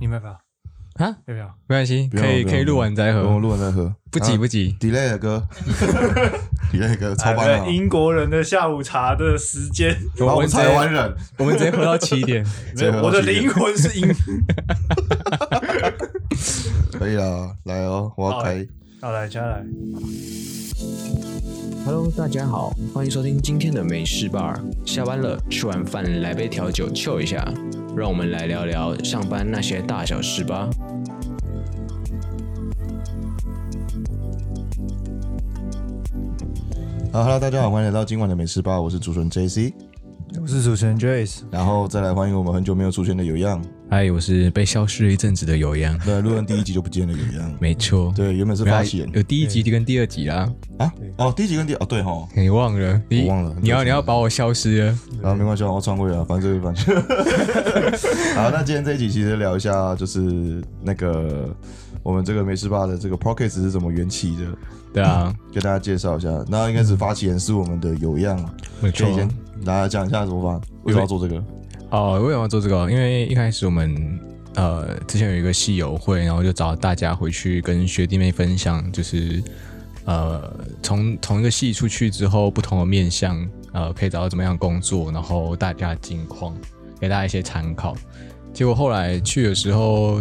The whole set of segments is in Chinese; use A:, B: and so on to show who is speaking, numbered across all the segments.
A: 你没有办法
B: 啊，
A: 要不要？
B: 没关系，
C: 不用
B: 可以
C: 不用
B: 可以录完再
C: 等我
B: 喝，
C: 录完再喝，
B: 不急不
C: 啊
B: 急。
C: delay 的歌 ，delay 的歌超棒啊
A: 哎
C: 的
A: 那，英国人的下午茶的时间，
C: 然后我们
B: 直
C: 台
B: 接
C: 湾人，
B: 我们直接喝到七点，
C: 这个
A: 我的灵魂是英。
C: 可以啦，来哦，我要
A: 好
C: 开，
A: 好来，接下来
D: Hello，大家好，欢迎收听今天的美式 bar。下班了，吃完饭来杯调酒 chill 一下，让我们来聊聊上班那些大小事吧。
C: 好，Hello，大家好，啊欢迎来到今晚的美食吧，我是主持人 JC，
A: 我是主持人 Jace，
C: 然后再来欢迎我们很久没有出现的有样，
B: 嗨，我是被消失了一阵子的有样，
C: 对，录完第一集就不见了有 样，
B: 没错，
C: 对，原本是
B: 没有
C: 发
B: 啊
C: 起人
B: 有第哎一集跟第二集啦，
C: 啊，哦，第一集跟第哦对吼，
B: 你忘了？你
C: 我忘了
B: 你要
C: 对
B: 你要把我消失了？
C: 然啊后没关系，我穿过去了，反正就是 反正。好，那今天这一集其实聊一下，就是那个我们这个美食吧的这个 Pocket 是怎么缘起的，
B: 对 啊，
C: 给大家介绍一下。那一开始发起人是我们的有样，
B: 没
C: 可以先大家讲一下怎么法，嗯为什么要做这个？
B: 哦，为什么要做这个？因为一开始我们呃之前有一个戏友会，然后就找大家回去跟学弟妹分享，就是呃从同一个系出去之后，不同的面向呃可以找到怎么样的工作，然后大家近况给大家一些参考。结果后来去的时候，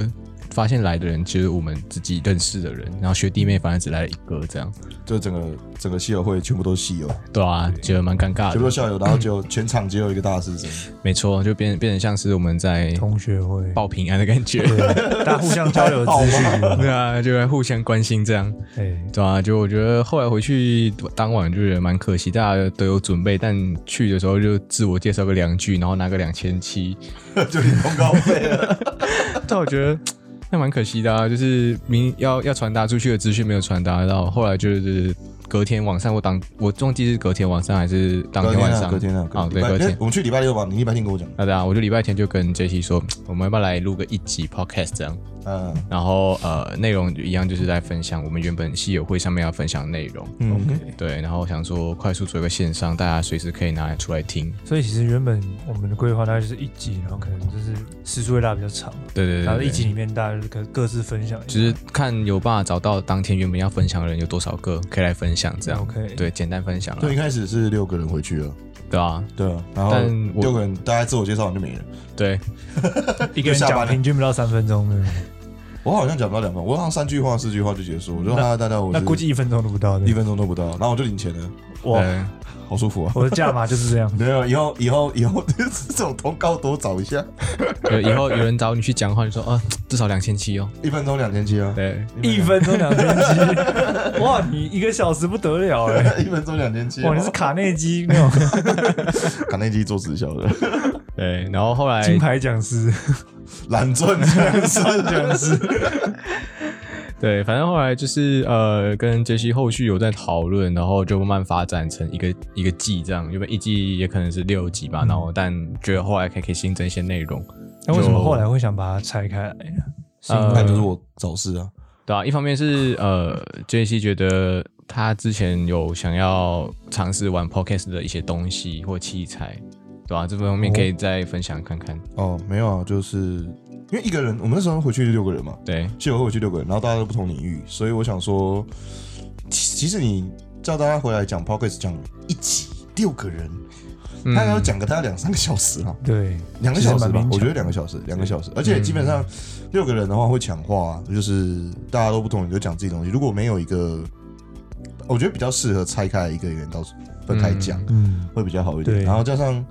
B: 发现来的人其实我们自己认识的人，然后学弟妹反而只来了一个，这样
C: 就整个整个校友会全部都是戏友，
B: 对啊，觉得蛮尴尬
C: 全部都
B: 的。
C: 校友，然后就全场只有一个大师生。
B: 没错，就变变成像是我们在
A: 同学会，
B: 报平安的感觉。
A: 大家互相交流资讯。
B: 对啊，就来互相关心这样，
A: 哎，
B: 对啊，就我觉得后来回去当晚就觉得蛮可惜，大家都有准备，但去的时候就自我介绍个两句，然后拿个两千七，
C: 就领通告费 了，
B: 但我觉得那蛮可惜的啊，就是明要要传达出去的资讯没有传达到，后来就是隔天晚上我当我忘记是隔天晚上还是当
C: 隔
B: 天
C: 天
B: 晚
C: 啊，
B: 上，
C: 隔天啊，
B: 啊对
C: 礼拜
B: 隔天
C: 哎。我们去礼拜六吧，你礼拜天跟我讲，
B: 那对啊，我就礼拜天就跟 J T 说，我们要不要来录个一集 podcast 这样？
C: 嗯
B: 然后呃，内容一样就是在分享我们原本系友会上面要分享的内容。
C: 嗯，
B: 对，然后想说快速做一个线上，大家随时可以拿来出来听。
A: 所以其实原本我们的规划大概就是一集，然后可能就是时速会拉比较长，
B: 对对对
A: 然后
B: 对
A: 一集里面大家就各各自分享一下，
B: 就是看有办法找到当天原本要分享的人有多少个，可以来分享这样。
A: OK
B: 对，简单分享
C: 对，
B: 了
C: 一，开始是六个人回去了。
B: 对啊，
C: 对啊，然后
B: 但我
C: 六个人大家自我介绍完就没了。
B: 对，
A: 一个人
C: 就下班
A: 讲
C: 了
A: 平均不到三分钟的，
C: 我好像讲不到两分，我好像三句话、四句话就结束。我就哈哈大家，我是
A: 那估计一分钟都不到的
C: 一。分钟都不到，然后我就领钱了，
A: 哇，
B: 对
C: 好舒服啊！。
A: 我的价码就是这样
C: 没有，以后以后以后这种通告多找一下，
B: 有以后有人找你去讲话，你说啊，至少两千七哦。
C: 一分钟两千七啊，
B: 对，
A: 一分钟两千七， 哇！你一个小时不得了哎、
C: 一分钟两千七，
A: 哇！你是卡内基那种
C: 卡内基做直销的，
B: 对，然后后来
A: 金牌讲师，
C: 懒赚钱是 讲是，
B: 对，反正后来就是呃，跟杰西后续有在讨论，然后就慢慢发展成一个一个季这样，原本一季也可能是六集吧，然后但觉得后来可以可以新增一些内容。
A: 那为什么后来会想把它拆开来呢？是因为
C: 那就是我找事啊，
B: 对啊，一方面是呃，J C 觉得他之前有想要尝试玩 podcast 的一些东西或器材，对啊吧、这方面可以再分享看看。
C: 哦，没有啊，就是因为一个人，我们那时候回去就六个人嘛，
B: 对，
C: 就会回去六个人，然后大家都不同领域，所以我想说，其其实你叫大家回来讲 p o c k e t 讲一集六个人，
B: 嗯
C: 他要讲个大概两三个小时啊，
A: 对，
C: 两个小时
A: 其实蛮
C: 吧
A: 勉强，嗯
C: 我觉得两个小时，两个小时，而且基本上六个人的话会强化、啊，就是大家都不同，你就讲自己东西。如果没有一个，我觉得比较适合拆开一个人到分开讲，
A: 嗯，
C: 会比较好一点。
A: 对
C: 然后加上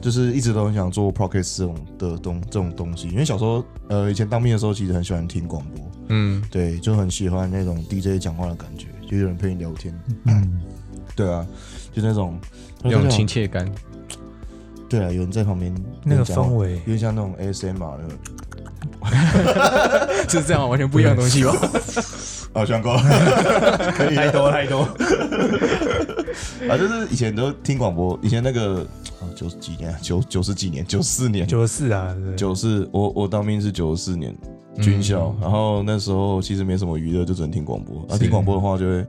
C: 就是一直都很想做 p o c k e t 这种的东这种东西，因为小时候呃以前当兵的时候，其实很喜欢听广播。
B: 嗯，
C: 对，就很喜欢那种 DJ 讲话的感觉，就有人陪你聊天。
A: 嗯，
C: 对啊，就那种
B: 有
C: 就
B: 种
C: 那种
B: 亲切感。
C: 对啊，有人在旁边
A: 那个
C: 跟你讲话
A: 氛围
C: 有点像那种 ASMR 的，
B: 是这样吗，啊完全不一样的东西哦 吧。
C: 哦好像 够了，可以
A: 太
C: 啊
A: 多太多，
C: 啊！就是以前都听广播，以前那个啊九十几年啊，九九十几年，九四年，
A: 九四啊，对不对
C: 九四，我我当兵是九四年
A: 嗯
C: 军校，然后那时候其实没什么娱乐，就只能听广播。啊，听广播的话就会。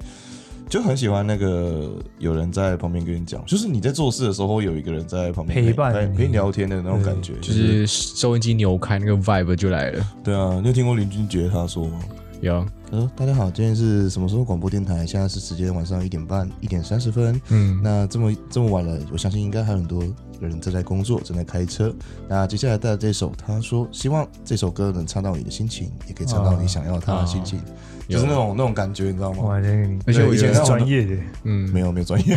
C: 就很喜欢那个有人在旁边跟你讲，就是你在做事的时候有一个人在旁边
A: 陪伴
C: 陪
A: 你
C: 陪你聊天的那种感觉，就
B: 就是是收音机扭开那个 vibe 就来了。
C: 对啊。你有听过林俊杰他说吗？
B: 有，
C: 他说：“呃大家好，今天是什么时候广播电台？现在是时间晚上一点半，一点三十分。
B: 嗯，
C: 那这么这么晚了，我相信应该还有很多人正在工作，正在开车。那接下来带来这首，他说希望这首歌能唱到你的心情，也可以唱到你想要他的心情，
B: 有
C: 就是那种那种感觉，你知道吗？
A: 哇，这个你
B: 而且我
A: 以
B: 觉
A: 前
B: 得
A: 是专业的，
B: 嗯，
C: 没有没有专业，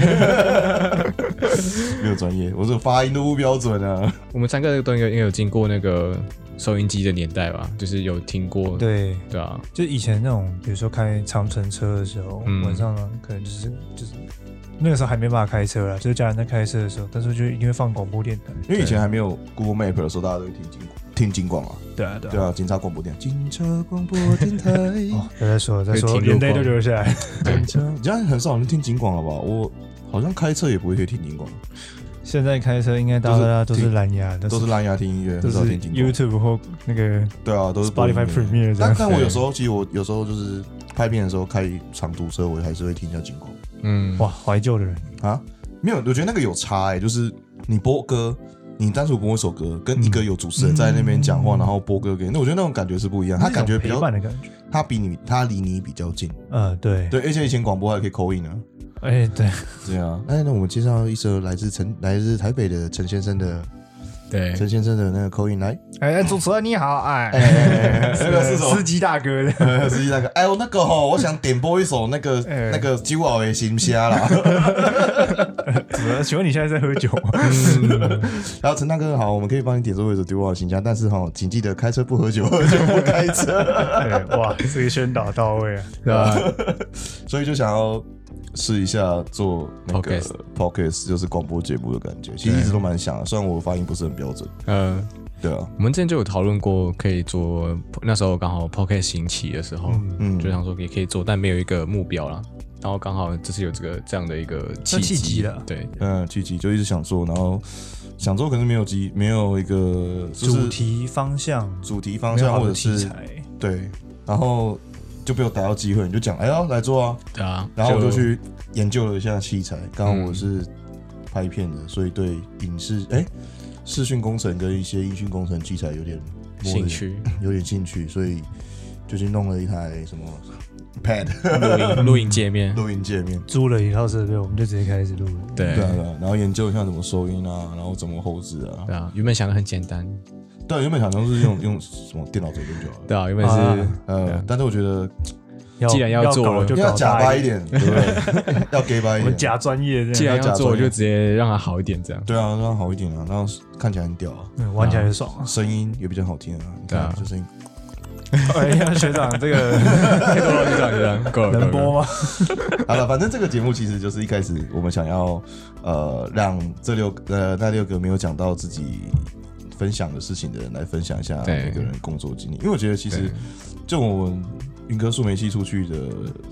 C: 没有专业，我这发音都不标准啊。
B: 我们三个都应该应该有经过那个收音机的年代吧，就是有听过，
A: 对，
B: 对 啊，
A: 就以前那种，比如说开长程车的时候，
B: 嗯
A: 晚上啊可能就是就是那个时候还没办法开车啦，就是家人在开车的时候，但是就一定会放广播电台。
C: 因为以前还没有 Google Map 的时候，大家都会听警听警广啊，
A: 对啊，对
C: 对
A: 啊。
C: 啊，警察广播电，警察广播电 台。
A: 哦，有在说，在说，
B: 会听
A: 连
B: 路
A: 带
B: 况
A: 就留下来。
C: 警察，你现在很少人听警广了吧？我好像开车也不会去听警广，
A: 现在开车应该大家都
C: 都是
A: 是蓝牙，
C: 都是蓝牙听音乐，
A: 都
C: 很
A: 是
C: 少听警广。
A: YouTube 或那个
C: 对啊，都是播音乐
A: Spotify Premiere 这
C: 但
A: 样。
C: 但我有时候，其实我有时候就是拍片的时候开长途车，我还是会听一下警广
B: 嗯，
A: 哇，怀旧的人，
C: 啊。没有，我觉得那个有差哎、就是你播歌，你单纯播一首歌，跟一个有主持人在那边讲话，
A: 嗯
C: 然后播歌给你，那我觉得那种感觉是不一样。他感觉比
A: 那种
C: 较
A: 陪，伴的感觉。
C: 他比你，他离你比较近。
A: 嗯，对，
C: 对，而且以前广播还可以扣印呢。
A: 哎，对，
C: 对啊，哎，那我们介绍一首来自陈来自台北的陈先生的
B: 对，
C: 陈先生的那个口音来，
A: 哎，主持人你好，
C: 哎
A: 哎，
C: 哎，哎那个是什么
A: 司？机大哥的，
C: 呃司机大哥，哎呦，那个吼，我想点播一首那个
A: 哎
C: 那个九号的新虾啦。哎
A: 请问你现在在喝酒吗？
C: 然后陈大哥好，我们可以帮你点播一首九号的新虾，但是哈，请记得开车不喝酒，喝酒不开车。
A: 哎哇，这个宣导到位啊！
B: 对吧？
C: 所以就想要试一下做那个
B: Podcast
C: podcast，就是广播节目的感觉。其实一直都蛮想的，虽然我发音不是很标准。
B: 呃，
C: 对啊，
B: 我们之前就有讨论过，可以做，那时候刚好 Pocket 兴起的时候，
C: 嗯
B: 就想说也可以做，但没有一个目标啦。然后刚好这是有这个这样的一个契
A: 契机了
B: 对，
C: 嗯，去集就一直想做，然后想做，可是没有集，没有一个就是
A: 主题方向，
C: 主题方
A: 没有
C: 向，
A: 好
C: 或
A: 的
C: 者
A: 题
C: 是
A: 材，
C: 对，然后就被我逮到机会，你就讲，哎呀，来做啊，
B: 对啊，
C: 然后我就去研究了一下器材。刚刚
B: 嗯
C: 我是拍片的，所以对影视哎、视讯工程跟一些音讯工程器材有点摸得
B: 兴，趣
C: 有点兴趣，所以就去弄了一台什么 Pad
B: 录音录音界面，
C: 录音界面。
A: 租了一套设备，我们就直接开始录了。
B: 对
C: 对啊，对啊，然后研究一下怎么收音啊，然后怎么后置啊。
B: 对啊，原本想的很简单，
C: 对啊，原本想像是用 用什么电脑随便就好了。
B: 对啊，原本是
A: 啊
C: 呃，但是我觉得
A: 要
B: 既然要
A: 要
B: 做
A: 搞
B: 了
A: 就
C: 要
A: 搞
C: 假
A: 大
C: 掰一，点，对不对？要 gay 掰一
A: 我们
C: 点。
A: 假专业这
B: 既
A: 样，
B: 然
C: 要假
B: 要做，
C: 装
B: 就直接让它好一点，这样。
C: 对啊，那样好一点啊，那样看起来很屌啊，
A: 嗯，玩起来就爽 啊！
C: 声音也比较好听啊。你
B: 对
C: 看
B: 啊
C: 这声音
A: 哎呀，学长，这个
B: 就
A: 啊
B: 这样，就这样， 够了，够了
A: 能播 吗？
C: 好了，反正这个节目其实就是一开始我们想要呃让这六呃那六个没有讲到自己分享的事情的人来分享一下
B: 对
C: 每个人工作经历，因为我觉得其实
B: 对
C: 就我们云科数媒系出去的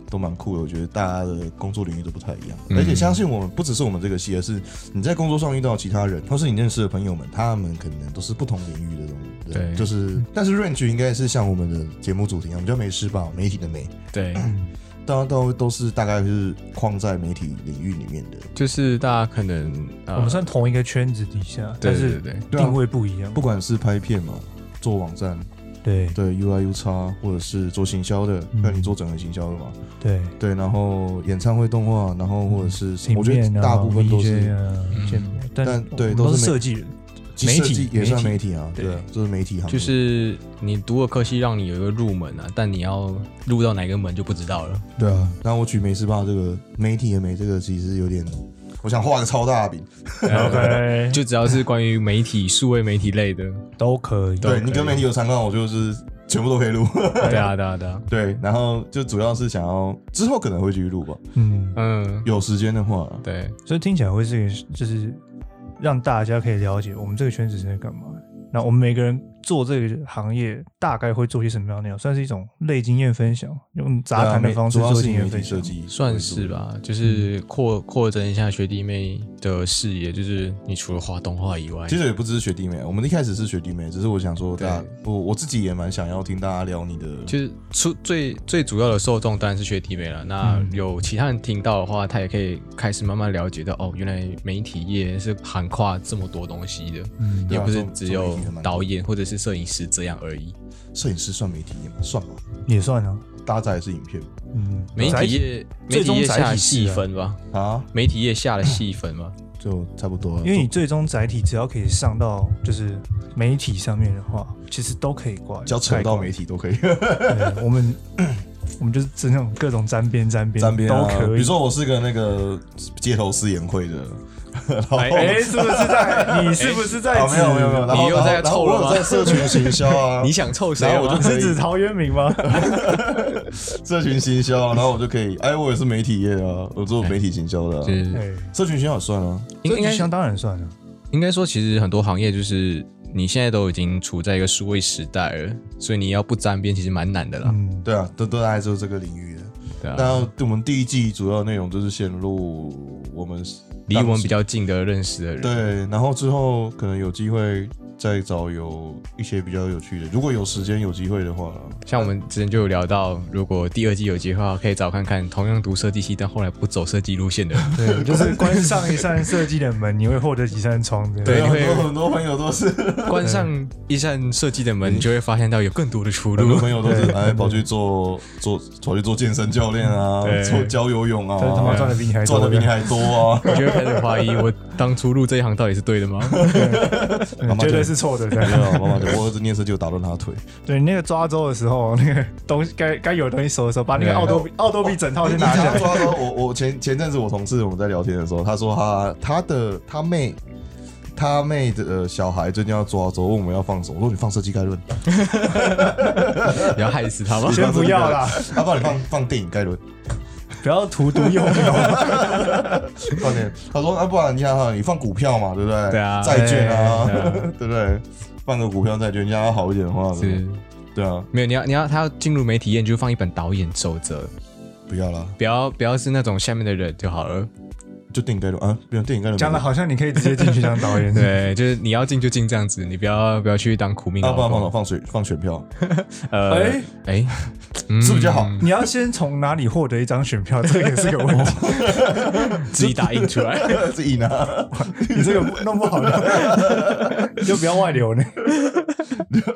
C: 都蛮酷的，我觉得大家的工作领域都不太一样，
B: 嗯
C: 而且相信我们不只是我们这个系，而是你在工作上遇到其他人，或是你认识的朋友们，他们可能都是不同领域的东西。
B: 对嗯
C: 就是但是 range 应该是像我们的节目主题一样，我们叫美食吧，媒体的媒。
B: 对，
C: 当然都都是大概是框在媒体领域里面的，
B: 就是大家可能呃
A: 我们算同一个圈子底下，但
B: 对对
A: 是
B: 对，
C: 对啊
A: 定位不一样。
C: 不管是拍片嘛，做网站，
A: 对
C: 对 UI U 叉，或者是做行销的，
A: 嗯
C: 那、你做整合行销的嘛，
A: 对，
C: 对，然后演唱会动画，然后或者是、
A: 平
C: 我觉
A: 面
C: 得
A: 啊
C: 大部分都
A: VJ
C: 是
A: 啊
B: 嗯
A: 建模
C: 但
A: 但我
C: 对
A: 们
C: 都
A: 都
C: 是
A: 是
C: 媒
A: 设计人，
C: 其实
B: 媒体
C: 设计也算媒
B: 媒
C: 体啊，
A: 对
C: 对啊，就是媒体行业，
B: 就是你读的科系让你有一个入门啊，但你要入到哪个门就不知道了。
C: 对啊。然后我举媒事吧这个媒体的媒这个其实有点，我想画个超大的饼，
A: OK
B: 就只要是关于媒体、数位媒体类的，
A: 都可以。
C: 对你跟媒体有参观，我就是全部都可以录，
B: 对啊，对啊，对啊，
C: 对，然后就主要是想要之后可能会继续录吧，
A: 嗯，
B: 嗯，
C: 有时间的话，
B: 对，
A: 所以听起来会是一个，就是让大家可以了解我们这个圈子是在干嘛。那我们每个人做这个行业大概会做些什么样的内容，算是一种类经验分享，用杂谈的方式
C: 啊主要
A: 做
C: 是
A: 经
C: 以
A: 验
C: 媒
A: 分
C: 体
A: 享
C: 设。计，
B: 算是。吧，就是扩扩增一下学弟妹的视野，就是你除了画动画以外，
C: 其实也不只是学弟妹，啊我们一开始是学弟妹，只是我想说大家
B: 对，
C: 我我自己也蛮想要听大家聊你的，
B: 就是出最最主要的受众当然是学弟妹了。那有其他人听到的话，他也可以开始慢慢了解到，哦，原来媒体业是涵跨这么多东西的，
A: 嗯
C: 对
B: 也
C: 啊
B: 不是
C: 做
B: 只
C: 做媒
B: 有
C: 体也蛮多
B: 导演或者是摄影师这样而已。
C: 摄影师算媒体业吗？算吧，
A: 也算啊，
C: 搭载是影片
A: 嗯，
B: 媒
A: 载
B: 体业媒
A: 最
B: 体
A: 终
B: 业
A: 载
B: 下
A: 体
B: 细
A: 是啊
B: 分吧，
C: 啊，
B: 媒体业下的细分 吧。
C: 就差不多了。
A: 因为你最终载体只要可以上到就是媒体上面的话，其实都可以挂。
C: 只要扯到媒
A: 体，
C: 体都 可以，
A: 对 我们我们就是真的各种沾边沾边
C: 沾边啊
A: 都可以。
C: 比如说我是个那个街头私研会的，然后
B: 哎
A: 哎，是不是 在？你是不是在
C: 啊
A: 指？
C: 哦没有没有没有，然后
B: 你又在
C: 然后
B: 凑了
C: 然后我有
B: 吗，
C: 在社群行销啊
B: 你想凑谁
C: 然后我
B: 吗
C: 就？
A: 是指陶渊明吗？
C: 社群行销，然后我就可以，哎，我也是媒体业啊，我做媒体行销的啊、
B: 就是
A: 哎，
C: 社群行销也算啊，
B: 应应该
A: 相当然算了。
B: 应该说，其实很多行业就是你现在都已经处在一个数位时代了，所以你要不沾边其实蛮难的啦。
A: 嗯，
C: 对啊，都都大概就是这个领域的。
B: 对啊，
C: 那我们第一季主要内容就是陷入我们
B: 离我们比较近的认识的人，
C: 对，啊然后之后可能有机会再找有一些比较有趣的，如果有时间有机会的话，啊
B: 像我们之前就有聊到，如果第二季有计划，可以找看看同样读设计系但后来不走设计路线的人。
A: 对，就是关上一扇设计的门，你会获得几扇窗这样。
B: 对
C: 有
B: 你会
C: 很多很多朋友都是，
B: 关上一扇设计的门，你就会发现到有更多的出
C: 很多
B: 路。
C: 朋友都是
A: 对
C: 哎跑去做做跑去做健身教练啊，
B: 对
C: 做教游泳啊，
A: 但是他妈赚的比你还多，
C: 赚的比你还多啊。
B: 你就会开始怀疑，我当初入这一行到底是对 的吗？
A: 嗯
C: 他妈
A: 绝
C: 就
A: 对是错的。这样
C: 没有，妈妈 我儿子念设计，我打断他的 腿。
A: 对，你那个抓周的时候，那个东西该该有的东西收的时候，把那
B: 对
C: 啊
A: 个奥多比奥多比整套先拿下
C: 他
A: 来。
C: 说他说我我前前阵子我同事我们在聊天的时候，他说他他的他妹。他妹的呃小孩最近要抓周，问我们要放什么？我说你放设计概论，
B: 你要害死他吗？
A: 先不要啦，
C: 他啊帮你放放电影概论，
A: 不要荼毒幼苗。
C: 放电影。他说啊，不然你想想，你放股票嘛，对不对？
B: 对啊
C: 债券啊，
B: 对啊
C: 对不对？放个股票债券，这样好一点的话，
B: 是
C: 对啊，
B: 没有，你要你要他要进入媒体业，你就放一本导演守则，
C: 不要啦，
B: 不要不要是那种下面的人就好
C: 嗯
B: 了。
C: 就电影概论啊，不用电影概论。
A: 讲的好像你可以直接进去当导演。
B: 对，就是你要进就进这样子，你不要不要去当苦命
C: 啊，
B: 老
C: 不然放什么
B: 公。
C: 放水放选票，
B: 呃，
A: 哎
B: 哎、嗯
C: 是不是比较好？
A: 你要先从哪里获得一张选票，这个也是个问题。
B: 自己打印出 来。
C: 自己拿。
A: 你这个弄不好的，你就不要外流呢。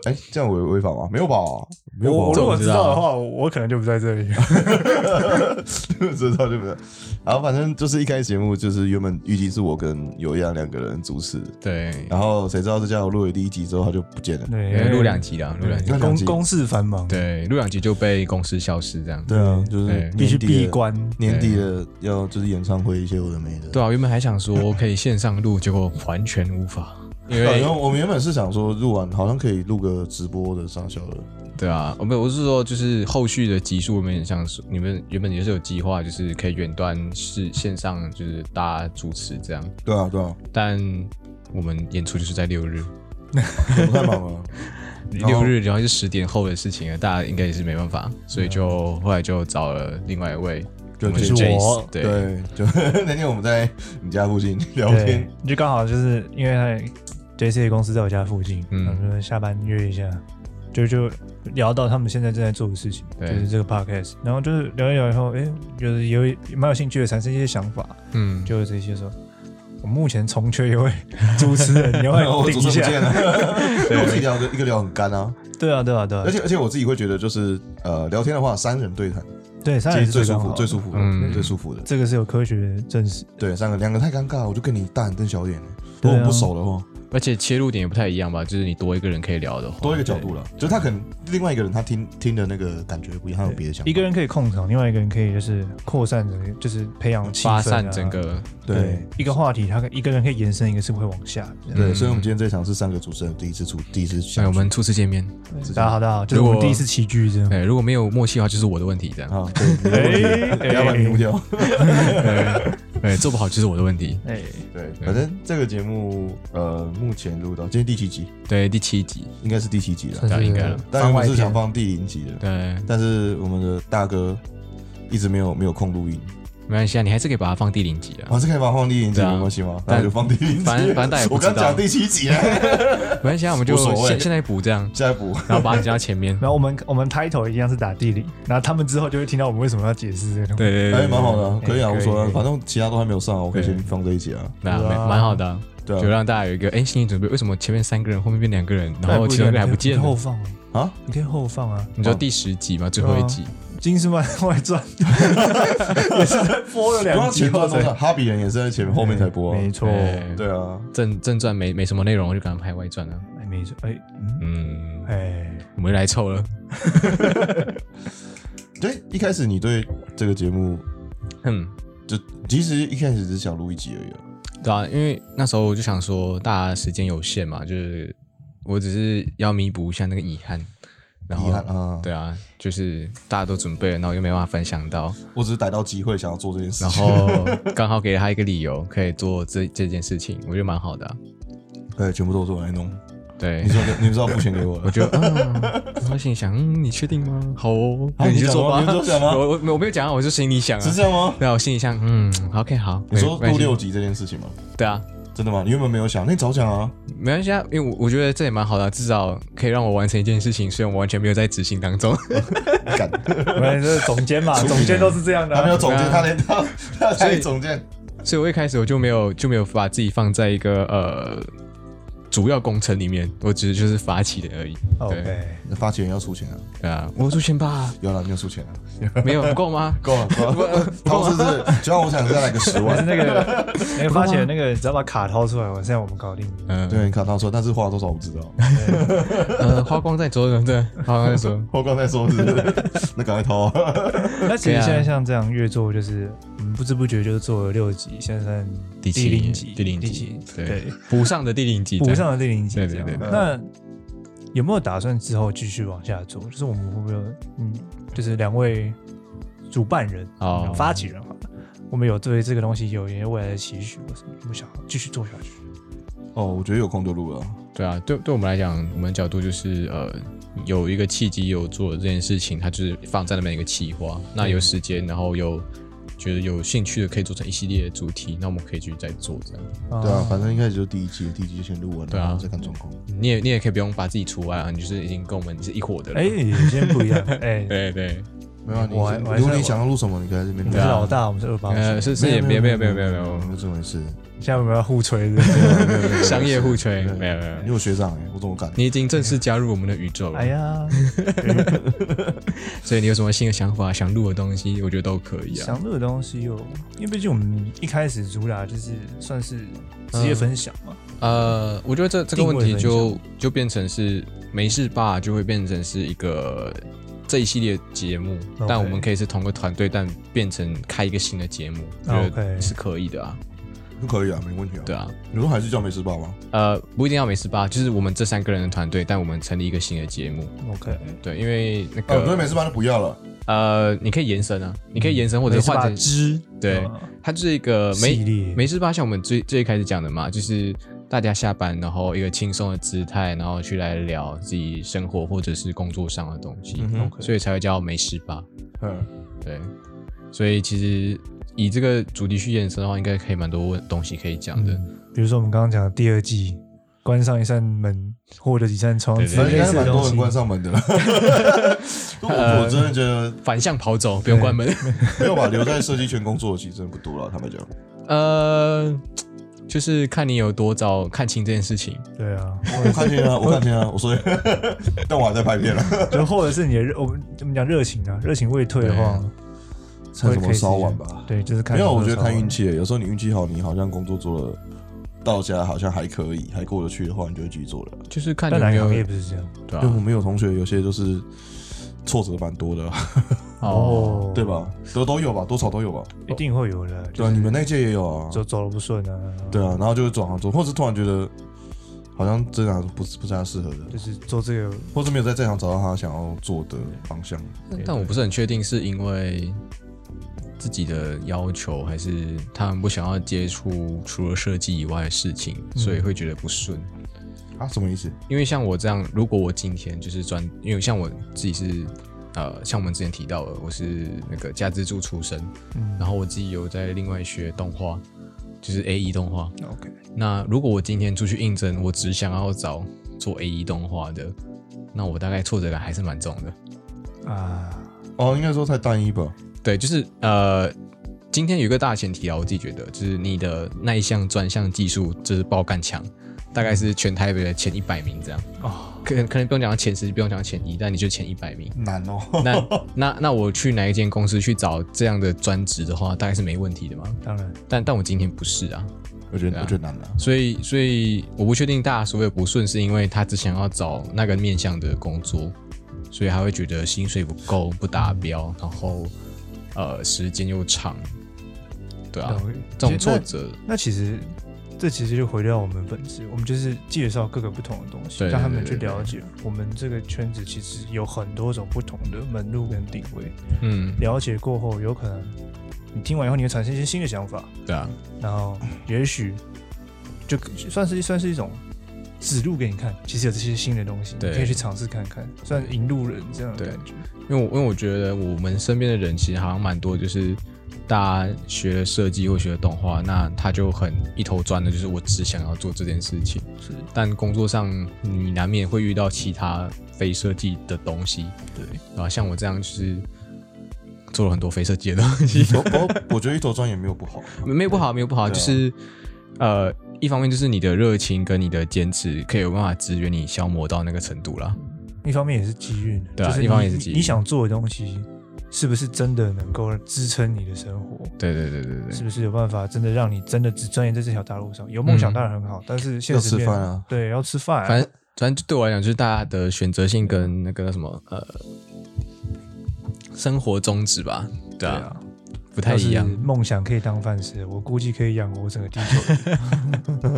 C: 哎，这样违违法吗？没有吧？ 没有吧？
A: 我我
B: 这
A: 如
B: 我
A: 果
B: 不知
A: 知
B: 道
A: 道的话，我我可能就不在这里。
C: 知道对不对？然后反正就是一开始节目就是原本预计是我跟有一样两个人主持，
B: 对，
C: 然后谁知道这家伙录了第一集之后他就不见了。
A: 对
B: 录两集啦，录两集。
C: 两
A: 公
C: 集
A: 公事繁忙，
B: 对，录两集就被公司消失这样。
C: 对啊，就是
B: 对
C: 年底
A: 必须
C: 的
A: 闭关。
C: 年底的要就是演唱会一些有的没的。
B: 对啊，原本还想说可以线上录，结果完全无法，因
C: 对啊，
B: 为
C: 因为我们原本是想说录完好像可以录个直播的上小的，
B: 对啊，我们我是说就是后续的集数，我们也想说你们原本也是有计划，就是可以远端是线上就是大家主持这样，
C: 对啊对啊，
B: 但我们演出就是在六日，
C: 我们太忙啊了。然
B: 六
C: 后
B: 日然后是十点后的事情啊了，大家应该也是没办法，所以就后来就找了另外一位，
C: 就
B: 们
C: 嗯就是
A: 我
B: Jace，对
C: 对，就 那天我们在你家附近聊
A: 对
C: 天，，
A: 就刚好就是因为他 JC 公司在我家附近，
B: 嗯
A: 嗯，我们下班约一下，就就聊到他们现在正在做的事情，就
B: 对
A: 是这个 podcast，然后就是聊一聊以后，哎、就是有也蛮有兴趣的，产生一些想法，
B: 嗯，
A: 就是这些说。我目前重缺一位主持人，你要不
C: 然后
A: 要
C: 我
A: 顶
C: 主
A: 一
C: 持人不
A: 下
C: 见？了，我自己聊的一个聊很干啊，
A: 对啊，对啊，对啊
C: 而，且而且我自己会觉得就是呃聊天的话三人对谈。
A: 对，三
C: 其
A: 人
C: 实
A: 是
C: 最舒
A: 刚
C: 服、
A: 好
C: 最舒服的，
B: 嗯
C: 最舒服的。
A: 这个是有科学证实。
C: 对，三个两个太尴尬了，我就跟你大眼瞪小眼了。哦
A: 对
C: 如果
A: 啊
C: 我们不熟的话，
B: 而且切入点也不太一样吧，就是你多一个人可以聊
A: 哦
B: 的话，
C: 多一个角度了，就是他可能另外一个人他听听的那个感觉不一样，他有别的想法。
A: 一个人可以控场，另外一个人可以就是扩散整个，就是培养气氛、啊、
B: 发散整个，
C: 对
A: 一个话题，他可一个人可以延伸一个是会往下的。这样
C: 对，所以我们今天这场是三个主持人第一次出第一次
B: 哎，
C: 相
B: 我
C: 聚
B: 们初次见面，
C: 嗯
A: 大家好，大家好，这是
B: 如
A: 我
B: 果
A: 们第一次齐聚，这样。
B: 哎，如果没有默契的话，就是我的问题这样，
C: 啊，对，你的问题
A: 哎
C: 不要把你弄掉。
B: 哎，做不好就是我的问题，
A: 哎，，
C: 对，反正这个节目呃目前录到今天第七集，
B: 对，第七集，
C: 应该是第七集了。
B: 对
E: 算是
B: 应该了
C: 但
E: 番
C: 原
E: 外
C: 本是
E: 篇
C: 想。放第零集的，
B: 对，
C: 但是我们的大哥一直没有没有空录音，
B: 没关系啊，你还是可以把它放第零集啊，
C: 我是可以把它放第零集
B: 对啊
C: 没关系吗？
B: 但
C: 那就放第零集，
B: 反正反正大家也不
C: 我
B: 知道
C: 刚讲第七集了，
B: 没关系啊，我们就
C: 无所谓哎
B: 现现在补这样，
C: 现在补。
B: 然后把它剪到前 面
A: 然后我们我们 title 一样是打地理，然后他们之后就会听到我们为什么要解释这种。
B: 对对对
C: 哎，
B: 对，
C: 蛮好的啊，可以
A: 哎
C: 啊，
A: 可以
C: 无所
A: 可
C: 谓，
A: 以
C: 反正其他都还没有上啊，我可以
B: 对
C: 先放这一集啊。
B: 那
A: 对啊
B: 蛮蛮好的啊，
C: 对
B: 就
C: 啊，
B: 让大家有一个哎心理准备，为什么前面三个人，后面变两个人，然后
A: 不
B: 其
A: 一
B: 中
A: 样
B: 一个还不见
A: 你可以后
B: 了？
A: 放啊
C: 啊，
A: 你可以后放啊，
B: 你知道第十集吗？最后一集，
A: 《金丝外外传》也是在播了
C: 不
A: 两
C: 要
A: 集
C: 前
A: 后
C: 段
A: 才
C: 啊都上，哈比人也是在前面后面才播啊。
A: 没错，
B: 啊对
C: 对啊，
B: 正正传没没什么内容，我就赶快拍外传了。
A: 哎没错，哎嗯
B: 嗯，
A: 哎，
B: 我们又来凑了。
C: 对，一开始你对这个节目
B: 哼，
C: 就其实一开始只是想录一集而已啊。
B: 对啊，因为那时候我就想说，大家时间有限嘛，就是我只是要弥补一下那个遗憾。然后
C: 遗憾啊
B: 对啊，就是大家都准备了，然后又没办法分享到，
C: 我只是逮到机会想要做这件事
B: 然
C: 情。
B: 后刚好给了他一个理由可以做这这件事情，我觉得蛮好的啊、
C: 对，全部都是我来弄。
B: 对
C: 你，说你们知道付钱给我
B: 我
C: 了？
B: 觉得，嗯，然后心里想，嗯，你确定吗？好哦，
C: 好
B: 那
C: 你
B: 就
C: 讲
B: 做
C: 吗
B: 吧。
C: 你就讲吗
B: 我我没有我没有讲啊，我就心里想啊
C: 是。这样吗？
B: 对啊，我心里想，嗯，OK，好。
C: 你说
B: 没关
C: 录
B: 系
C: 六集这件事情吗？
B: 对啊，
C: 真的吗？你原本没有想，那你早讲啊。
B: 没关系啊，因为我我觉得这也蛮好的啊、至少可以让我完成一件事情，虽然我完全没有在执行当中。
C: 干，
A: 我们这是总监嘛，
C: 出名
A: 总监都是这样的
C: 他没
A: 啊
C: 有，总监，
B: 对啊
C: 他连他他
B: 所以
C: 连总监，
B: 所以我一开始我就没有就没有把自己放在一个呃主要工程里面，我只是就是发起的而已。对
A: OK，
C: 发起人要出钱啊。
B: 对啊，我有出钱吧？
C: 有了，你有出钱啊？
B: 没有不够啊吗？
C: 够了， 够了。 他是不是，就让我想再来个十
A: 我是
C: 万。
A: 那个那个发 起人那个，你只要把卡掏出来，我现在我们搞定。 哎
B: 嗯，
C: 对，你看他说，但是花了多少我不知道。
B: 呃，花光再说，对，花光再说。
C: 我刚才说是不是， 那赶快掏啊。
A: 那其
B: 对
A: 实
B: 啊
A: 现在像这样越做，就是我们不知不觉就做了六集，现在剩
B: 第七
A: 零集，
B: 第零集
A: 集，
B: 对
A: 对，
B: 补上的第零集，
A: 补上了第零集
B: 对
A: 这样。
B: 对对
A: 那有没有打算之后继续往下做？就是我们会不会有，嗯，就是两位主办人、
B: 哦
A: 发起人好了，我们有对这个东西有一些未来的期许，或什么，不想继续做下去。
C: 哦，我觉得有空就录了。
B: 对啊，对对我们来讲，我们的角度就是呃，有一个契机有做这件事情，它就是放在那边一个企划，那有时间，然后有觉得有兴趣的可以做成一系列的主题，那我们可以继续再做这样。
C: 对啊，反正一开始就第一集，第一集就先录完了，
B: 对啊
C: 然后再看状况。
B: 你也你也可以不用把自己除外啊，你就是已经跟我们是一伙的了。
A: 哎，今天不 一样，哎，
B: 对对，
C: 没有啊，
A: 我还我还
C: 你
A: 是
C: 如果你想要录什么，你可以在这边啊
A: 你
C: 录。
A: 是老大，我们是二八五，
B: 啊呃，是是也没有没有没有没有没有
C: 没有这回事。
A: 现在我们要互吹的。
B: 商业互吹，
C: 对
B: 没有没有。没
C: 你
B: 有
C: 有学长哎，我怎么敢？
B: 你已经正式加入我们的宇宙了，
A: 哎呀，
B: 所以你有什么新的想法、想录的东西，我觉得都可以啊。
A: 想录的东西哟，因为毕竟我们一开始主打就是算是职业分享嘛，
B: 呃，我觉得这这个问
A: 定
B: 题
A: 位分
B: 就就变成是没事吧，就会变成是一个这一系列节目
A: OK
B: 但我们可以是同个团队，但变成开一个新的节目，我觉
A: OK
B: 得是可以的啊。
C: 可以啊，没问题啊。
B: 对，啊，
C: 你说还是叫没事爸吗？
B: 呃，不一定要没事吧，就是我们这三个人的团队，但我们成立一个新的节目。
A: OK，
B: 对，因为那
C: 啊，不是没
B: 个
C: 事爸就不要了。
B: 呃，你可以延伸啊，你可以延伸或者
A: 没事吧
B: 换成
A: 之
B: 对，
A: 啊
B: 它就是一个
A: 系
B: 没
A: 列
B: 没事吧？像我们最最一开始讲的嘛，就是大家下班然后一个轻松的姿态，然后去来聊自己生活或者是工作上的东西，
C: 嗯哼
B: 所以才会叫没事吧？
C: 嗯，
B: 对，所以其实以这个主题去延伸的话，应该可以蛮多问东西可以讲的。
A: 比如说我们刚刚讲的第二季，关上一扇门，获得几扇窗，
B: 对对
A: 之
C: 反正应
A: 类
C: 该是
A: 似的
C: 蛮多
A: 东
C: 人
A: 西。
C: 关上 门的了。我我真的觉得
B: 反向跑走，不用关门。
C: 没有吧，留在设计圈工作的其实真的不多了。坦白讲，
B: 呃，就是看你有多早看清这件事情。
A: 对啊，
C: 我看见 啊，我看见啊，我说， 但我还在拍片啊了。
A: 就或者是你的 热，我们我们讲热情啊，热情未退的话，
C: 看
B: 啊
C: 什
A: 会可
C: 么
A: 以
C: 烧完
A: 继续
C: 吧？
A: 对，就是看
C: 没有，我觉得
A: 多少
C: 看运。气耶。欸有时候你运气好，你好像工作做了，到家好像还可以，还过得去的话，你就会继续做了。
B: 就是看你
A: 但
B: 有
A: 哪个行
B: 没有
A: 业不是这样？
B: 对
C: 因为我
B: 啊，
C: 们有同学，有些就是挫折蛮多的，啊
A: 哦，
C: 对？吧？都都有吧，多少都有吧。
A: 一定会有的，就
C: 对啊，
A: 是
C: 你们那届也有啊。
A: 走走的不顺啊，
C: 对啊，然后就会转行做，或是突然觉得好像这行不是不是他适合的，
A: 就是做这个
C: 或是没有在这行找到他想要做的方向。
B: 但我不是很确定，是因为自己的要求，还是他们不想要接触除了设计以外的事情，所以会觉得不顺。
C: 啊，什么意思？
B: 因为像我这样，如果我今天就是专，因为像我自己是，呃，像我们之前提到的，我是那个家资助出身，然后我自己有在另外学动画，就是 A E 动画。
A: OK，
B: 那如果我今天出去应征，我只想要找做 A E 动画的，那我大概挫折感还是蛮重的。
A: 啊，
C: 哦，应该说太单一吧。
B: 对，就是呃，今天有一个大前提啊，我自己觉得就是你的那一项专项技术就是爆干强，大概是全台北的前一百名这样。
A: 哦，
B: 可能可能不用讲到前十，不用讲到前一，但你就前一百名。
C: 难哦，
B: 那那那我去哪一间公司去找这样的专职的话，大概是没问题的嘛。
A: 当然，
B: 但但我今天不是啊，
C: 我觉得我觉得难 了。
B: 所以所以我不确定大家所谓的不顺，是因为他只想要找那个面向的工作，所以他会觉得薪水不够，不达标，然后呃时间又长，对啊，
A: 了解其实那
B: 这种挫折，
A: 那其实这其实就回到我们本质，我们就是介绍各个不同的东西，
B: 对对
A: 让他们去
B: 对对对
A: 了解我们这个圈子其实有很多种不同的门路跟定位。
B: 嗯，
A: 了解过后，有可能你听完以后，你会产生一些新的想法，
B: 对啊，
A: 然后也许就算是算是一种指路给你看，其实有这些新的东西，
B: 对
A: 你可以去尝试看看，算引路人这样的
B: 对
A: 感觉。
B: 因为我因为我觉得我们身边的人其实好像蛮多，就是大家学了设计或学了动画，那他就很一头钻的，就是我只想要做这件事情。
A: 是
B: 但工作上你难免会遇到其他非设计的东西，
A: 对，
B: 对吧？像我这样就是做了很多非设计的东 西，
C: 我我我觉得一头钻也没有不好，
B: 没有不好，没有不好，
C: 对啊
B: 就是呃，一方面就是你的热情跟你的坚持可以有办法支援你消磨到那个程度啦。
A: 一方面也是机遇，
B: 对啊
A: 就是你
B: 一方面也是机遇
A: 你想做的东西，是不是真的能够支撑你的生活？
B: 对对对对对，
A: 是不是有办法真的让你真的只钻研在这条大路上？有梦想
B: 嗯
A: 当然很好，但是现
C: 要
A: 实
C: 吃
A: 面
C: 饭啊。
A: 对要吃饭啊、
B: 反正反正对我来讲，就是大家的选择性跟那个叫什么呃生活宗旨吧，对
A: 对
B: 啊，
A: 啊，
B: 不太一样
A: 要。是梦想可以当饭吃，我估计可以养活整个地球。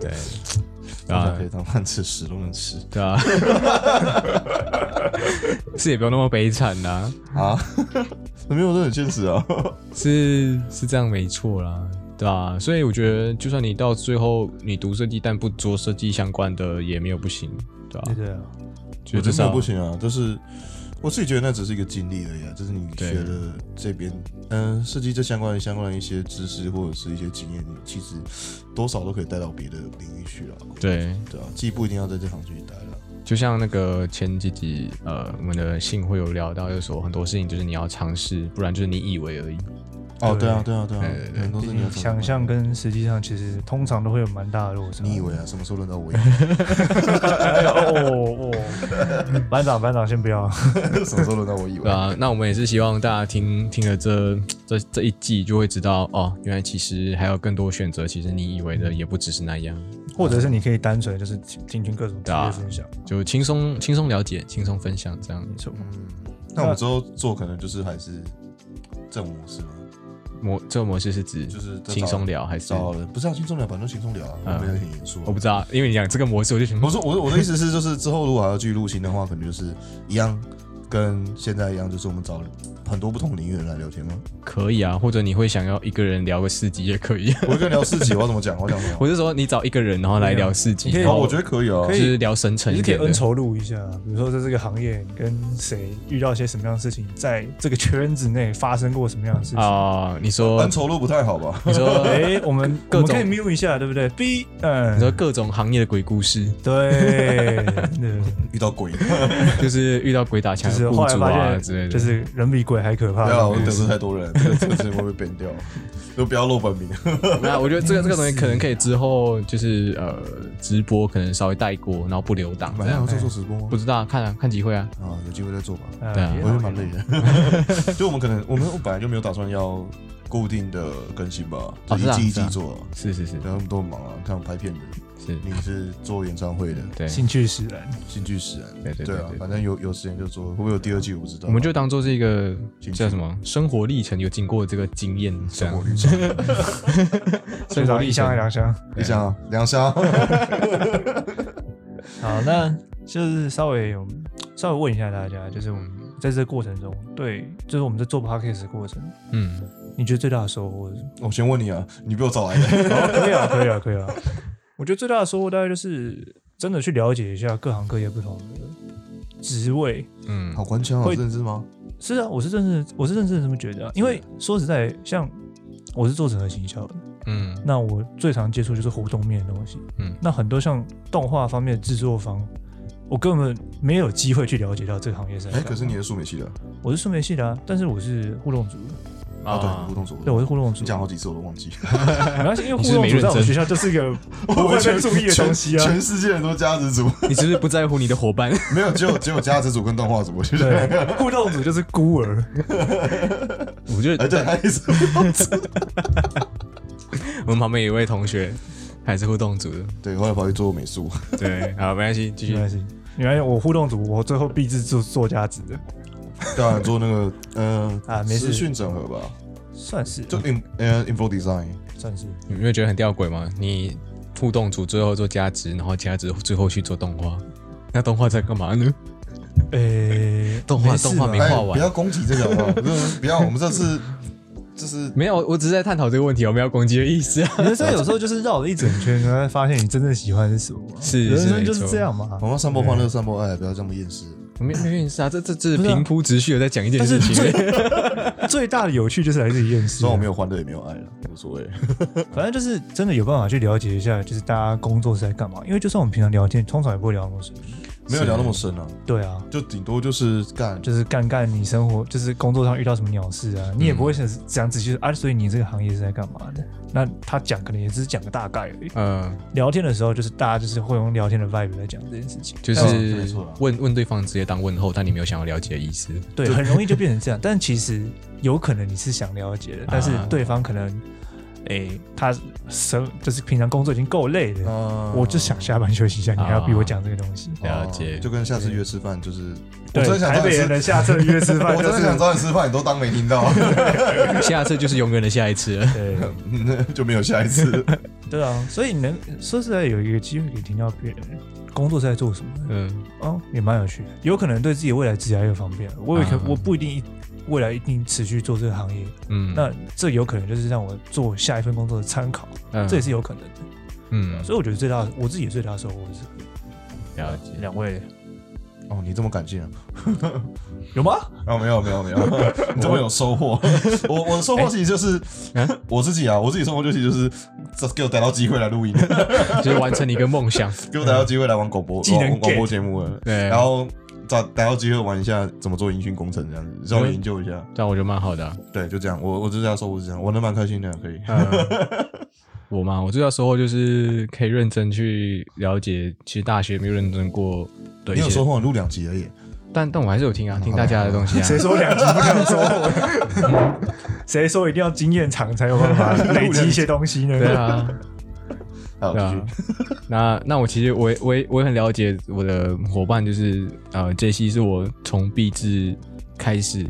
B: 对
C: 大家
B: 啊
C: 可以当饭吃，屎都能吃
B: 对啊， 是也不用那么悲惨啦、
C: 啊！ 没有，这很现实啊。
B: 是是这样没错啦。对啊，所以我觉得，就算你到最后你读设计，但不做设计相关的，也没有不行， 对吧、
A: 对对啊，
B: 就
C: 我
B: 至
C: 觉得
B: 少
C: 不行啊，就是我自己觉得那只是一个经历而已啊，就是你
B: 对
C: 学了这边，嗯、设计这相关的相关的一些知识或者是一些经验，你其实多少都可以带到别的领域去了。
B: 对，
C: 对啊，既不一定要在这行继续待了。
B: 就像那个前几集，呃，我们的信会有聊到，就是说很多事情就是你要尝试，不然就是你以为而已。
C: 哦，
A: 对
C: 对啊，对啊，对啊
B: 对对，对
C: 很多
A: 毕
C: 事情要
A: 竟
C: 自己
A: 想象跟实际上其实通常都会有蛮大的落差。
C: 你以为啊，什么时候轮到我？
A: 哎呦？哦哦哦，班长班长先不要，
C: 什么时候轮到我以
B: 对
C: 为？
B: 啊，那我们也是希望大家听听了这这这一季，就会知道哦，原来其实还有更多选择，其实你以为的也不只是那样，
A: 或者是你可以单纯就是听听听各种职
B: 啊
A: 业分享，
B: 就轻松轻松了解，轻松分享这样
A: 没错。
C: 那我们之后做可能就是还是这种模式吗？
B: 模这个模式是指
C: 就是再找
B: 轻松聊还是？
C: 找人不是啊，轻松聊，反正轻松聊啊，我们也很严肃啊。
B: 我不知道，因为你讲这个模式，我就想
C: 我说我我的意思是，就是之后如果还要继续录新的话，可能就是一样，跟现在一样，就是我们找很多不同领域的人来聊天吗？
B: 可以啊，或者你会想要一个人聊个四集也可以。
C: 我会跟你聊四集，我要怎么讲？我想怎么
B: 我是说你找一个人，然后来聊四集，
A: 你可以
B: 然
C: 讲？
B: 后
C: 哦，我觉得可以啊
A: 可
B: 就
A: 以。
B: 是聊深沉
A: 你
B: 一
A: 是可以
B: 点的
A: 恩。仇录一下，比如说在这个行业你跟谁遇到些什么样的事情，在这个圈子内发生过什么样的事情。
B: 啊，你说
C: 恩仇录不太好吧？
B: 你 说
A: 哎，我们
B: 各
A: 我们可以
B: 种
A: mute 一下，对不对？B，嗯
B: 你，说各种行业的鬼故事，
A: 对，对
C: 遇到鬼，
B: 就是遇到鬼打
A: 就
B: 墙
A: 是
B: 的
A: 后
B: 雇
A: 来
B: 主
A: 发
B: 啊
A: 现，
B: 之类的，
A: 就是人比鬼还可怕
C: 不
A: 这种
C: 要，啊我
A: 故
C: 得
A: 事。
C: 罪太多人，这个这个事情会被 ban 掉，就不要露本名。
B: 那我觉得这个这个东西可能可以之后就是呃直播可能稍微带过，然后不留档这
C: 晚上
B: 样
C: 要。做做直播吗
B: 不？知道看啊看机会啊，
C: 啊，有机会再做吧。
A: 嗯
B: 对啊
A: 也
C: 我
A: 好
C: 觉得蛮累的， 就我们可能我们我本来就没有打算要固定的更新吧，就一
B: 是啊
C: 季一
B: 是啊
C: 季做啊。
B: 是是是
C: 然后他们都很忙啊，看我拍片的，
B: 是，
C: 你是做演唱会的，
B: 对，
A: 兴趣使然，
C: 兴趣使然，
B: 对对对
C: 对啊
B: 对，
C: 反正有有时间就做，会不会有第二季我不知道。
B: 我们就当做是一个
C: 兴趣
B: 叫什么生活历程，有经过这个经验这
C: 生活
B: 样。
C: 绿茶，
A: 所以找一箱还两箱。
C: 你想 啊， 梁沙，
A: 好，那就是稍微有稍微问一下大家，就是我们在这个过程中，对，就是我们在做 podcast 的过程，
B: 嗯，
A: 你觉得最大的收获是什 么？
C: 我先问你啊，你比我早来 的，
A: 哦，可以啊，可以啊，可以啊。我觉得最大的收获大概就是真的去了解一下各行各业不同的职位。
B: 嗯，
C: 好官腔哦，
A: 会
C: 真的是吗？
A: 是啊，我是真的，我是认真的这么觉得、啊。因为说实在，像我是做整合行销的，
B: 嗯
A: 那我最常接触就是活动面的东西。
B: 嗯
A: 那很多像动画方面的制作方，我根本没有机会去了解到这个行业是在
C: 哎，
A: 干嘛。
C: 可是你是数美系的
A: 我是数媒系的、啊，但是我是互动组的，
C: 啊？对，互动组，
A: 对，我是互动组
C: 你。讲好几次我都忘 记，
A: 没关系，因为互
B: 你是不是
A: 动组
B: 没认
A: 在我们学
B: 真
A: 校就是一个不会被注意的东西啊。
C: 全世界人都加值组，
B: 你是不是不在乎你的伙伴？
C: 没有，只有只有加值组跟动画组，我觉得，
A: 对，互动组就是孤儿。
B: 我觉
C: 哎，
B: 得
C: 对，还有一次，
B: 我们旁边有一位同学还是互动组的，
C: 对，后来跑去做美术，
B: 对，好，没关系，继
A: 没
B: 续。
A: 关系，没关系。我互动组，我最后必是做作家子的，
C: 当然啊做那个，嗯
A: 啊没事
C: 资讯整合吧，
A: 算是嗯
C: 就 in 呃 info design，
A: 算是。
B: 你没有觉得很吊诡吗？你互动组最后做加值，然后加值最后去做动画，那动画在干嘛呢？
A: 诶，
B: 动画
A: 没事吧
B: 动画没
C: 哎
B: 画完
C: 不要攻击这个好不好？不是，不要，我们这次就是
B: 没有，我只是在探讨这个问题，我没有攻击的意 思啊。
A: 人生有时候就是绕了一整圈，然后发现你真正喜欢是什么嘛。
B: 是
A: 人
B: 是
A: 生
B: 没
A: 就是
B: 错
A: 这样嘛
C: 我。们要散播欢乐，散播爱，不要这么厌世。
B: 没没意思啊，这这这是
A: 不是啊
B: 平铺直叙的在讲一件事情。哎
A: 最大的有趣就是来自于厌世
C: 虽然我没
A: 啊。
C: 有欢乐，也没有爱了，无所谓。
A: 反正就是真的有办法去了解一下，就是大家工作是在干嘛。因为就算我们平常聊天，通常也不会聊那么深。
C: 没有聊那么深啊，
A: 对啊，
C: 就顶多就是干，
A: 就是干干你生活，就是工作上遇到什么鸟事啊，你也不会想想仔细说啊。所以你这个行业是在干嘛的？那他讲可能也只是讲个大概而已。
B: 嗯，
A: 聊天的时候，就是大家就是会用聊天的 vibe 来讲这件事情，
B: 就
C: 哦没
B: 是
C: 错啊
B: 问问对方直接当问候，但你没有想要了解的意思。
A: 对，很容易就变成这样。但其实有可能你是想了解的，但是
B: 啊
A: 对方可能，诶、他生就是平常工作已经够累了，
B: 嗯
C: 啊
A: 我就想下班休息一下，你还要逼我讲这个东西。
B: 了解
C: 哦就跟下次约吃饭，就是我
A: 对
C: 真的，想
A: 台
C: 找你
A: 北人
C: 吃，
A: 的下次约吃饭
C: 我
A: 就
C: 真的想
A: 是
C: 找你吃饭，你都当没 听到，
B: 下次就是永远的下一次了。
A: 对
C: 就没有下一 次。
A: 对啊，所以能说实在有一个机会可以听到别人工作是在做什么，
B: 嗯，
A: 哦，也蛮有趣的，有可能对自己未来职业有方便。我也可、
B: 啊
A: 我不一定一未来一定持续做这个行业，
B: 嗯，
A: 那这有可能就是让我做下一份工作的参考，
B: 嗯
A: 这也是有可能的。
B: 嗯，
A: 所以我觉得最大的我自己最大的收获是
B: 了解。
A: 两位
C: 哦，你这么感性啊？
A: 有吗？
C: 啊，没有没有 没有，你这么有收 获。我我的收获其实就是
B: 哎
C: 我自己啊，我自己收获就其实就是这给我逮到机会来录音，
B: 就是完成你一个梦想。
C: 给我逮到机会来玩广播
A: 技能
C: 玩广播
A: get
C: 节目了，
B: 对，
C: 然后找逮到机会玩一下怎么做音讯工程这样子，稍微研究一下。
B: 这样我觉得蛮好的啊、
C: 对，就这样，我我就这样收获是这样，玩的蛮开心的，可以。
B: 嗯 我嘛，我最大收获就是可以认真去了解，其实大学没有认真过的
C: 你
B: 一
C: 有嗯
B: 些，
C: 收获，你录两集而已。
B: 但但我还是有听啊，听大家的东西啊。
A: 谁说两集不想说？ 谁说一定要经验长才有办法累积一些东西呢？
B: 对啊，
C: 好，
B: 对
C: 继
B: 啊
C: 续。。
B: 那那我其实我也我也我也很了解我的伙伴，就是呃，J C 是我从毕制开始，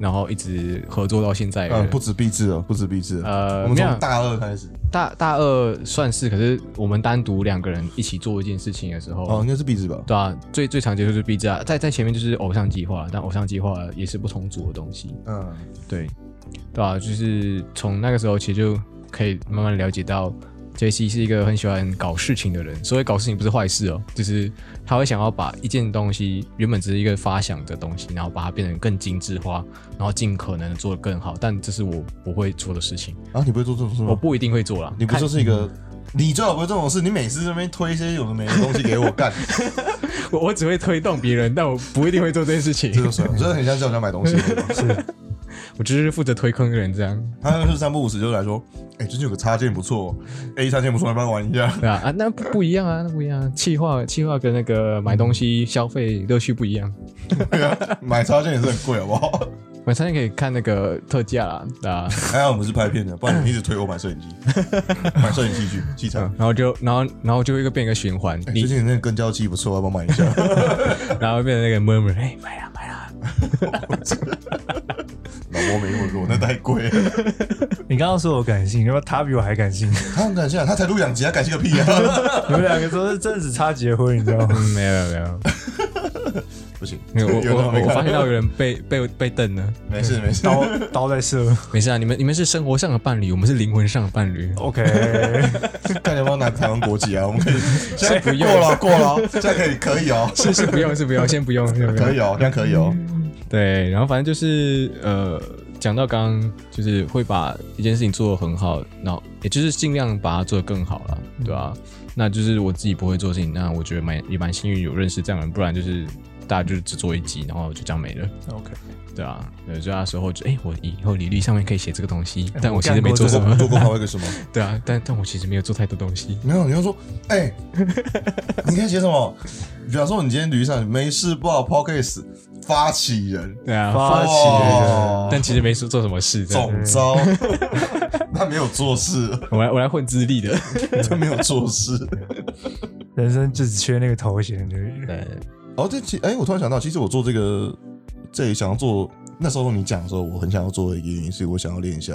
B: 然后一直合作到现在的
C: 嗯，
B: 人。
C: 不止毕制了，不止毕制了。
B: 呃，
C: 我们
B: 没有
C: 从大二开始，
B: 大大二算是，可是我们单独两个人一起做一件事情的时候，
C: 哦，应该是毕制吧？
B: 对啊，最最常接触就是 B 站，在在前面就是偶像计划，但偶像计划也是不同组的东西，
C: 嗯，
B: 对，对啊，就是从那个时候其实就可以慢慢了解到，J C 是一个很喜欢搞事情的人，所以搞事情不是坏事哦，就是他会想要把一件东西原本只是一个发想的东西，然后把它变得更精致化，然后尽可能的做得更好，但这是我不会做的事情，
C: 啊，你不会做这种事
B: 我
C: 吗？
B: 不一定会做啦。
C: 你不就是一个，你最好不会做这种事。你每次这边推一些有的没的东西给我 干，
B: 我我只会推动别人，但我不一定会做这件事
C: 这
B: 情
C: 就，算了，真的很像叫人家买东西。
B: 我只是负责推坑的人这样。
C: 他就是三不五时就来说，哎，最近有个插件不错，A 哦插件不错，要不要玩一下？
B: 对啊，啊，那不不一样啊，那不一样啊，气化气化跟那个买东西消费乐趣不一样。
C: 买插件也是很贵，好不 好？
B: 晚餐可以看那个特价啦，对啊，
C: 还好哎我们是拍片的，不然你一直推我买摄 影机，买摄影器具、器材。
B: 然后就然后然后就一个变一个循环，
C: 哎最
B: 你
C: 近那个跟焦器不错，要不要买一下？
B: 然后变成那个 murmur，哎、买啦买啦，
C: 老婆没问过，那太贵了。
A: 你刚刚说我 感性，因为他比我还感性。
C: 他很感谢啊，他才录 两集，他感谢个屁啊！
A: 你们两个都是真的只差结婚，你知道吗？
B: 嗯，没有没有没有，
C: 不行，
B: 没有我
C: 有
B: 我
C: 没
B: 我发
C: 看
B: 现到有人被被被瞪了，
C: 没事没事，
A: 刀 刀在射。
B: 没事啊，你们你们是生活上的伴侣，我们是灵魂上的伴侣。
A: OK，
C: 看你要不要拿台湾国籍啊？我们 可以现在
B: 不用
C: 过了过了，现在可以可以哦，
B: 是是不用是不用，先不用先不
C: 可
B: 用
C: 以。哦，现在可以哦。
B: 对，然后反正就是呃，讲到刚刚就是会把一件事情做得很好，然后也就是尽量把它做得更好了，对吧、啊那就是我自己不会做的事情，那我觉得蛮也蛮幸运有认识这样的人，不然就是大家就是只做一集，然后就这样没了，
A: OK，
B: 对啊，对，所以那时候就哎、我以后履历上面可以写这个东西，但
A: 我
B: 我其实
A: 干过
B: 没做
A: 这
B: 什
A: 个
B: 么，
C: 做过台湾个什么？
B: 对啊，但但我其实没有做太多东西，
C: 没有，你要说，哎、 你可以写什么？比方说，你今天驴上没事不好 p o c k s t 发起人，
B: 对啊，
A: 发起
C: 哦
B: 但其实没做做什么事，这样
C: 总招，他没有做事，
B: 我来我来混资历的，
C: 他没有做事。
A: 人生就只缺那个头衔而已。
B: 对，
C: 哦，这其哎、我突然想到，其实我做这个，这里想要做，那时候你讲的时候，我很想要做的一个原因是我想要练一下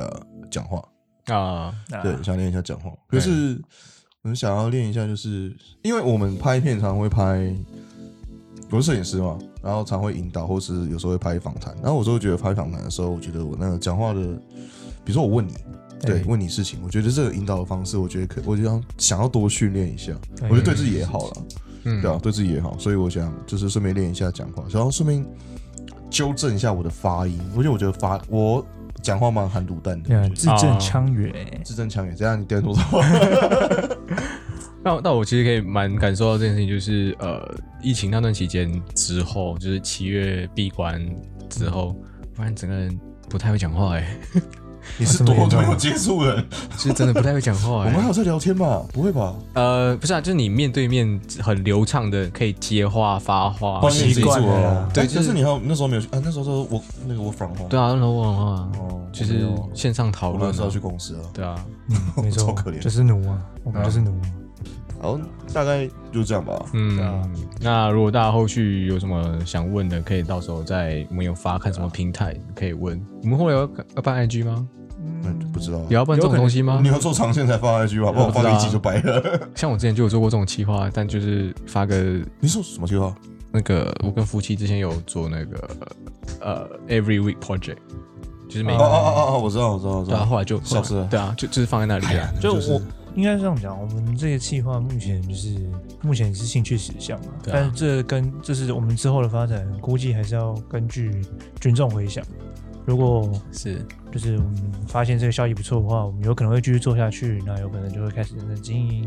C: 讲话，
A: 啊
B: 啊，
C: 对，想练一下讲话。可是我想要练一下，就是因为我们拍片常会拍，我是摄影师嘛，然后常会引导，或是有时候会拍访谈。然后我就会觉得拍访谈的时候，我觉得我那个讲话的，比如说我问你，对，
A: 哎
C: 问你事情，我觉得这个引导的方式，我觉得可，我就想想要多训练一下，
A: 哎
C: 我觉得对自己也好了，
B: 嗯
C: 对啊，对自己也好。所以我想就是顺便练一下讲话，然后顺便纠正一下我的发音，而且我觉得发我讲话蛮含卤蛋的。我觉
A: 嗯
C: 得
A: 字正腔圆。
C: 字正腔圆，这样你点多少？
B: 那那我其实可以蛮感受到这件事情，就是呃，疫情那段期间之后，就是七月闭关之后，不然整个人不太会讲话哎、
C: 你
A: 这么
C: 是多
A: 严重
C: 没有接触人？
B: 就是真的不太会讲话
C: 我
B: 哎、
C: 们还有在聊天吧？不会吧？
B: 呃，不是啊，就是你面对面很流畅的可以接话发话，
C: 抱歉
A: 习惯了啦
B: 对
C: 对，
B: 就
C: 但
B: 是
C: 是你还有那时候没有去啊？那时候都我那个我 from home，
B: 对啊，然后我啊，
C: 哦，
B: 就是
C: 我没有
B: 线上讨
C: 我
B: 论
C: 那时候
B: 啊，
C: 去公司了。
B: 对啊，
A: 嗯没 错，
C: 超可怜
A: 就是奴啊，我们就是奴啊。
C: 好，大概就这样吧。
B: 嗯，
A: 对啊
B: 那如果大家后续有什么想问的，可以到时候在我们有发看什么平台可以问，我们后来要要办 IG 吗？
C: 嗯，不知道。
B: 也要办这种东西吗
C: 你？要做长线才放 IG 吧，不然我放一集就白了。
B: 像我之前就有做过这种企划，但就是发个
C: 你说什么计划？
B: 那个，我跟夫妻之前有做那个呃 every week project，就是每
C: 哦
B: 个、
C: 哦哦哦哦，我知道，我知道，我知
B: 对啊，
C: 道。
B: 后来就
C: 消失了
B: 对啊，就就是放在那里啊。
A: 就
C: 就是
A: 我应该这样讲，我们这个计划目前就是目前是兴趣取向嘛，
B: 对啊
A: 但是这跟就是我们之后的发展，估计还是要根据群众回响。如果
B: 是，
A: 就是我们发现这个效益不错的话，我们有可能会继续做下去，那有可能就会开始认真经营，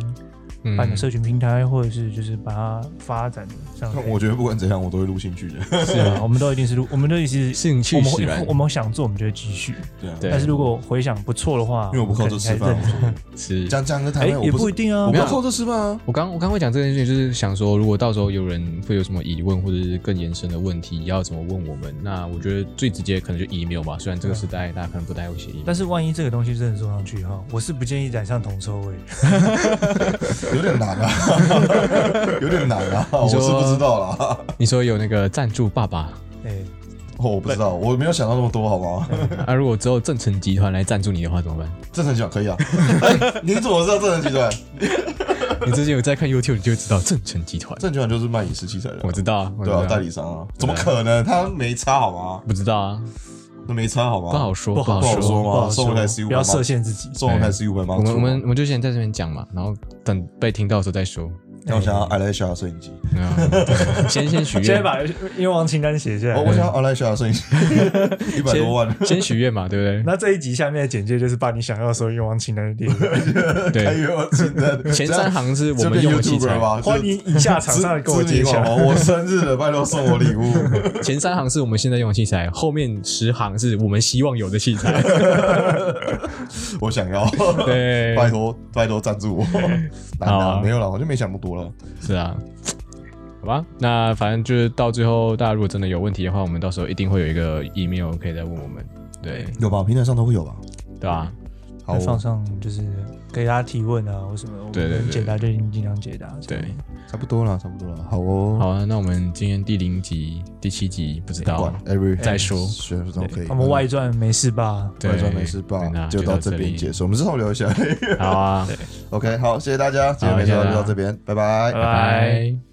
B: 嗯
A: 办个社群平台，或者是就是把它发展的上来。
C: 我觉得不管怎样，我都会录兴趣的。
A: 是啊，我们都一定是录，我们都一直
B: 兴趣
A: 我们
B: 使
A: 会
B: 然
A: 我，们想做，我们就会继续。
C: 对啊，
B: 对
A: 但是如果回想不错的话，
C: 因为我不靠这
A: 们
C: 吃
A: 可能
C: 饭
A: 还认真。
C: 我，
B: 是
C: 讲讲个
A: 哎，
C: 台湾，
A: 也
C: 我
A: 不一
C: 是，
A: 定啊，我
C: 我不
A: 们
C: 要靠这吃饭啊。
B: 我刚我刚会讲这件事情，就是想说，如果到时候有人会有什么疑问或者是更延伸的问题，要怎么问我们？那我觉得最直接可能就 email 吧。虽然这个时代大家可能不太会写 email，
A: 但是万一这个东西真的做上去哈，我是不建议染上铜臭味。
C: 有点难啊，有点难啊，我是
B: 说
C: 不知道啦，
B: 你说有那个赞助 爸爸
A: 哎、
C: 哦我不知道，我没有想到那么多，好吗？
B: 啊，如果之后正成集团来赞助你的话怎么办？
C: 正成集 团可以啊，哎你怎么知道正成集团？
B: 你最近有在看 YouTube，你就会知道正成集团。
C: 正成集团就是卖影视器材的
B: 我
C: 啊，
B: 知道啊，我知
C: 对啊，
B: 道
C: 代理商啊，怎么可能？他没差好吗？
B: 不知道啊，
C: 那没差好吗？
B: 不好说，
A: 不好
B: 好
C: 不好说
B: 说。
C: 吗
A: 不好
C: 送我台 C5
A: 不要
C: 吧
A: 设限自己。
C: 送我台 C 五百吗？
B: 哎我们
C: 出
B: 我们我们就先在这边讲嘛，然后等被听到的时候再说。
C: 那我想要 Alexa 的摄影机，
B: 嗯先先许
A: 现在
B: 愿，
A: 把愿望清单写下来。
B: 哎
C: 我我想要 Alexa 的摄影 机，一百多万，
B: 先许愿嘛，对不对？
A: 那这一集下面的简介就是把你想要所有愿望清单列 出来，
C: 还
B: 对，
C: 有真的
B: 前三行是 我
C: 这
B: 们
C: 边
B: 用的器材
C: YouTuber，吧，
A: 欢迎以下厂
C: 知
A: 商来跟我
C: 知
A: 接
C: 名
A: 洽
C: 网。红，我生日了，拜托送 我礼物。
B: 前三行是我们现在用的器材，后面十行是我们希望有的器 材。
C: 我想要，
B: 对，
C: 拜托拜托 赞助我。难
B: 好
C: 啊，
B: 啊
C: 没有了，我就没想那么多了。
B: 是啊，好吧，那反正就是到最后，大家如果真的有问题的话，我们到时候一定会有一个 email 可以再问我们，对
C: 有吧？平台上都会有吧？
B: 对啊吧？
C: 好，哦
A: 放
C: 差
A: 上就是给大家提问啊，或什么，我
B: 对对
A: 们
B: 对
A: 解答就已经尽量解答。
B: 对，
C: 不多了，差不多了。好哦，
B: 好啊，那我们今天第零集、第七集不知
C: 不
B: 道
C: 管，every
B: 哦再说
C: 学生都可以。
A: 他们外传没事吧？
B: 对
C: 外传没事吧？
B: 那
C: 就
B: 就
C: 到
B: 到
C: 这
B: 这
C: 边
B: 里
C: 结束，我们之后聊一下。
B: 好啊，
C: OK，好，谢谢大家，今天
B: 好
C: 没
B: 谢
C: 事
B: 谢大
C: 就
B: 家
C: 到这边，拜
A: 拜
C: 拜
B: 拜拜。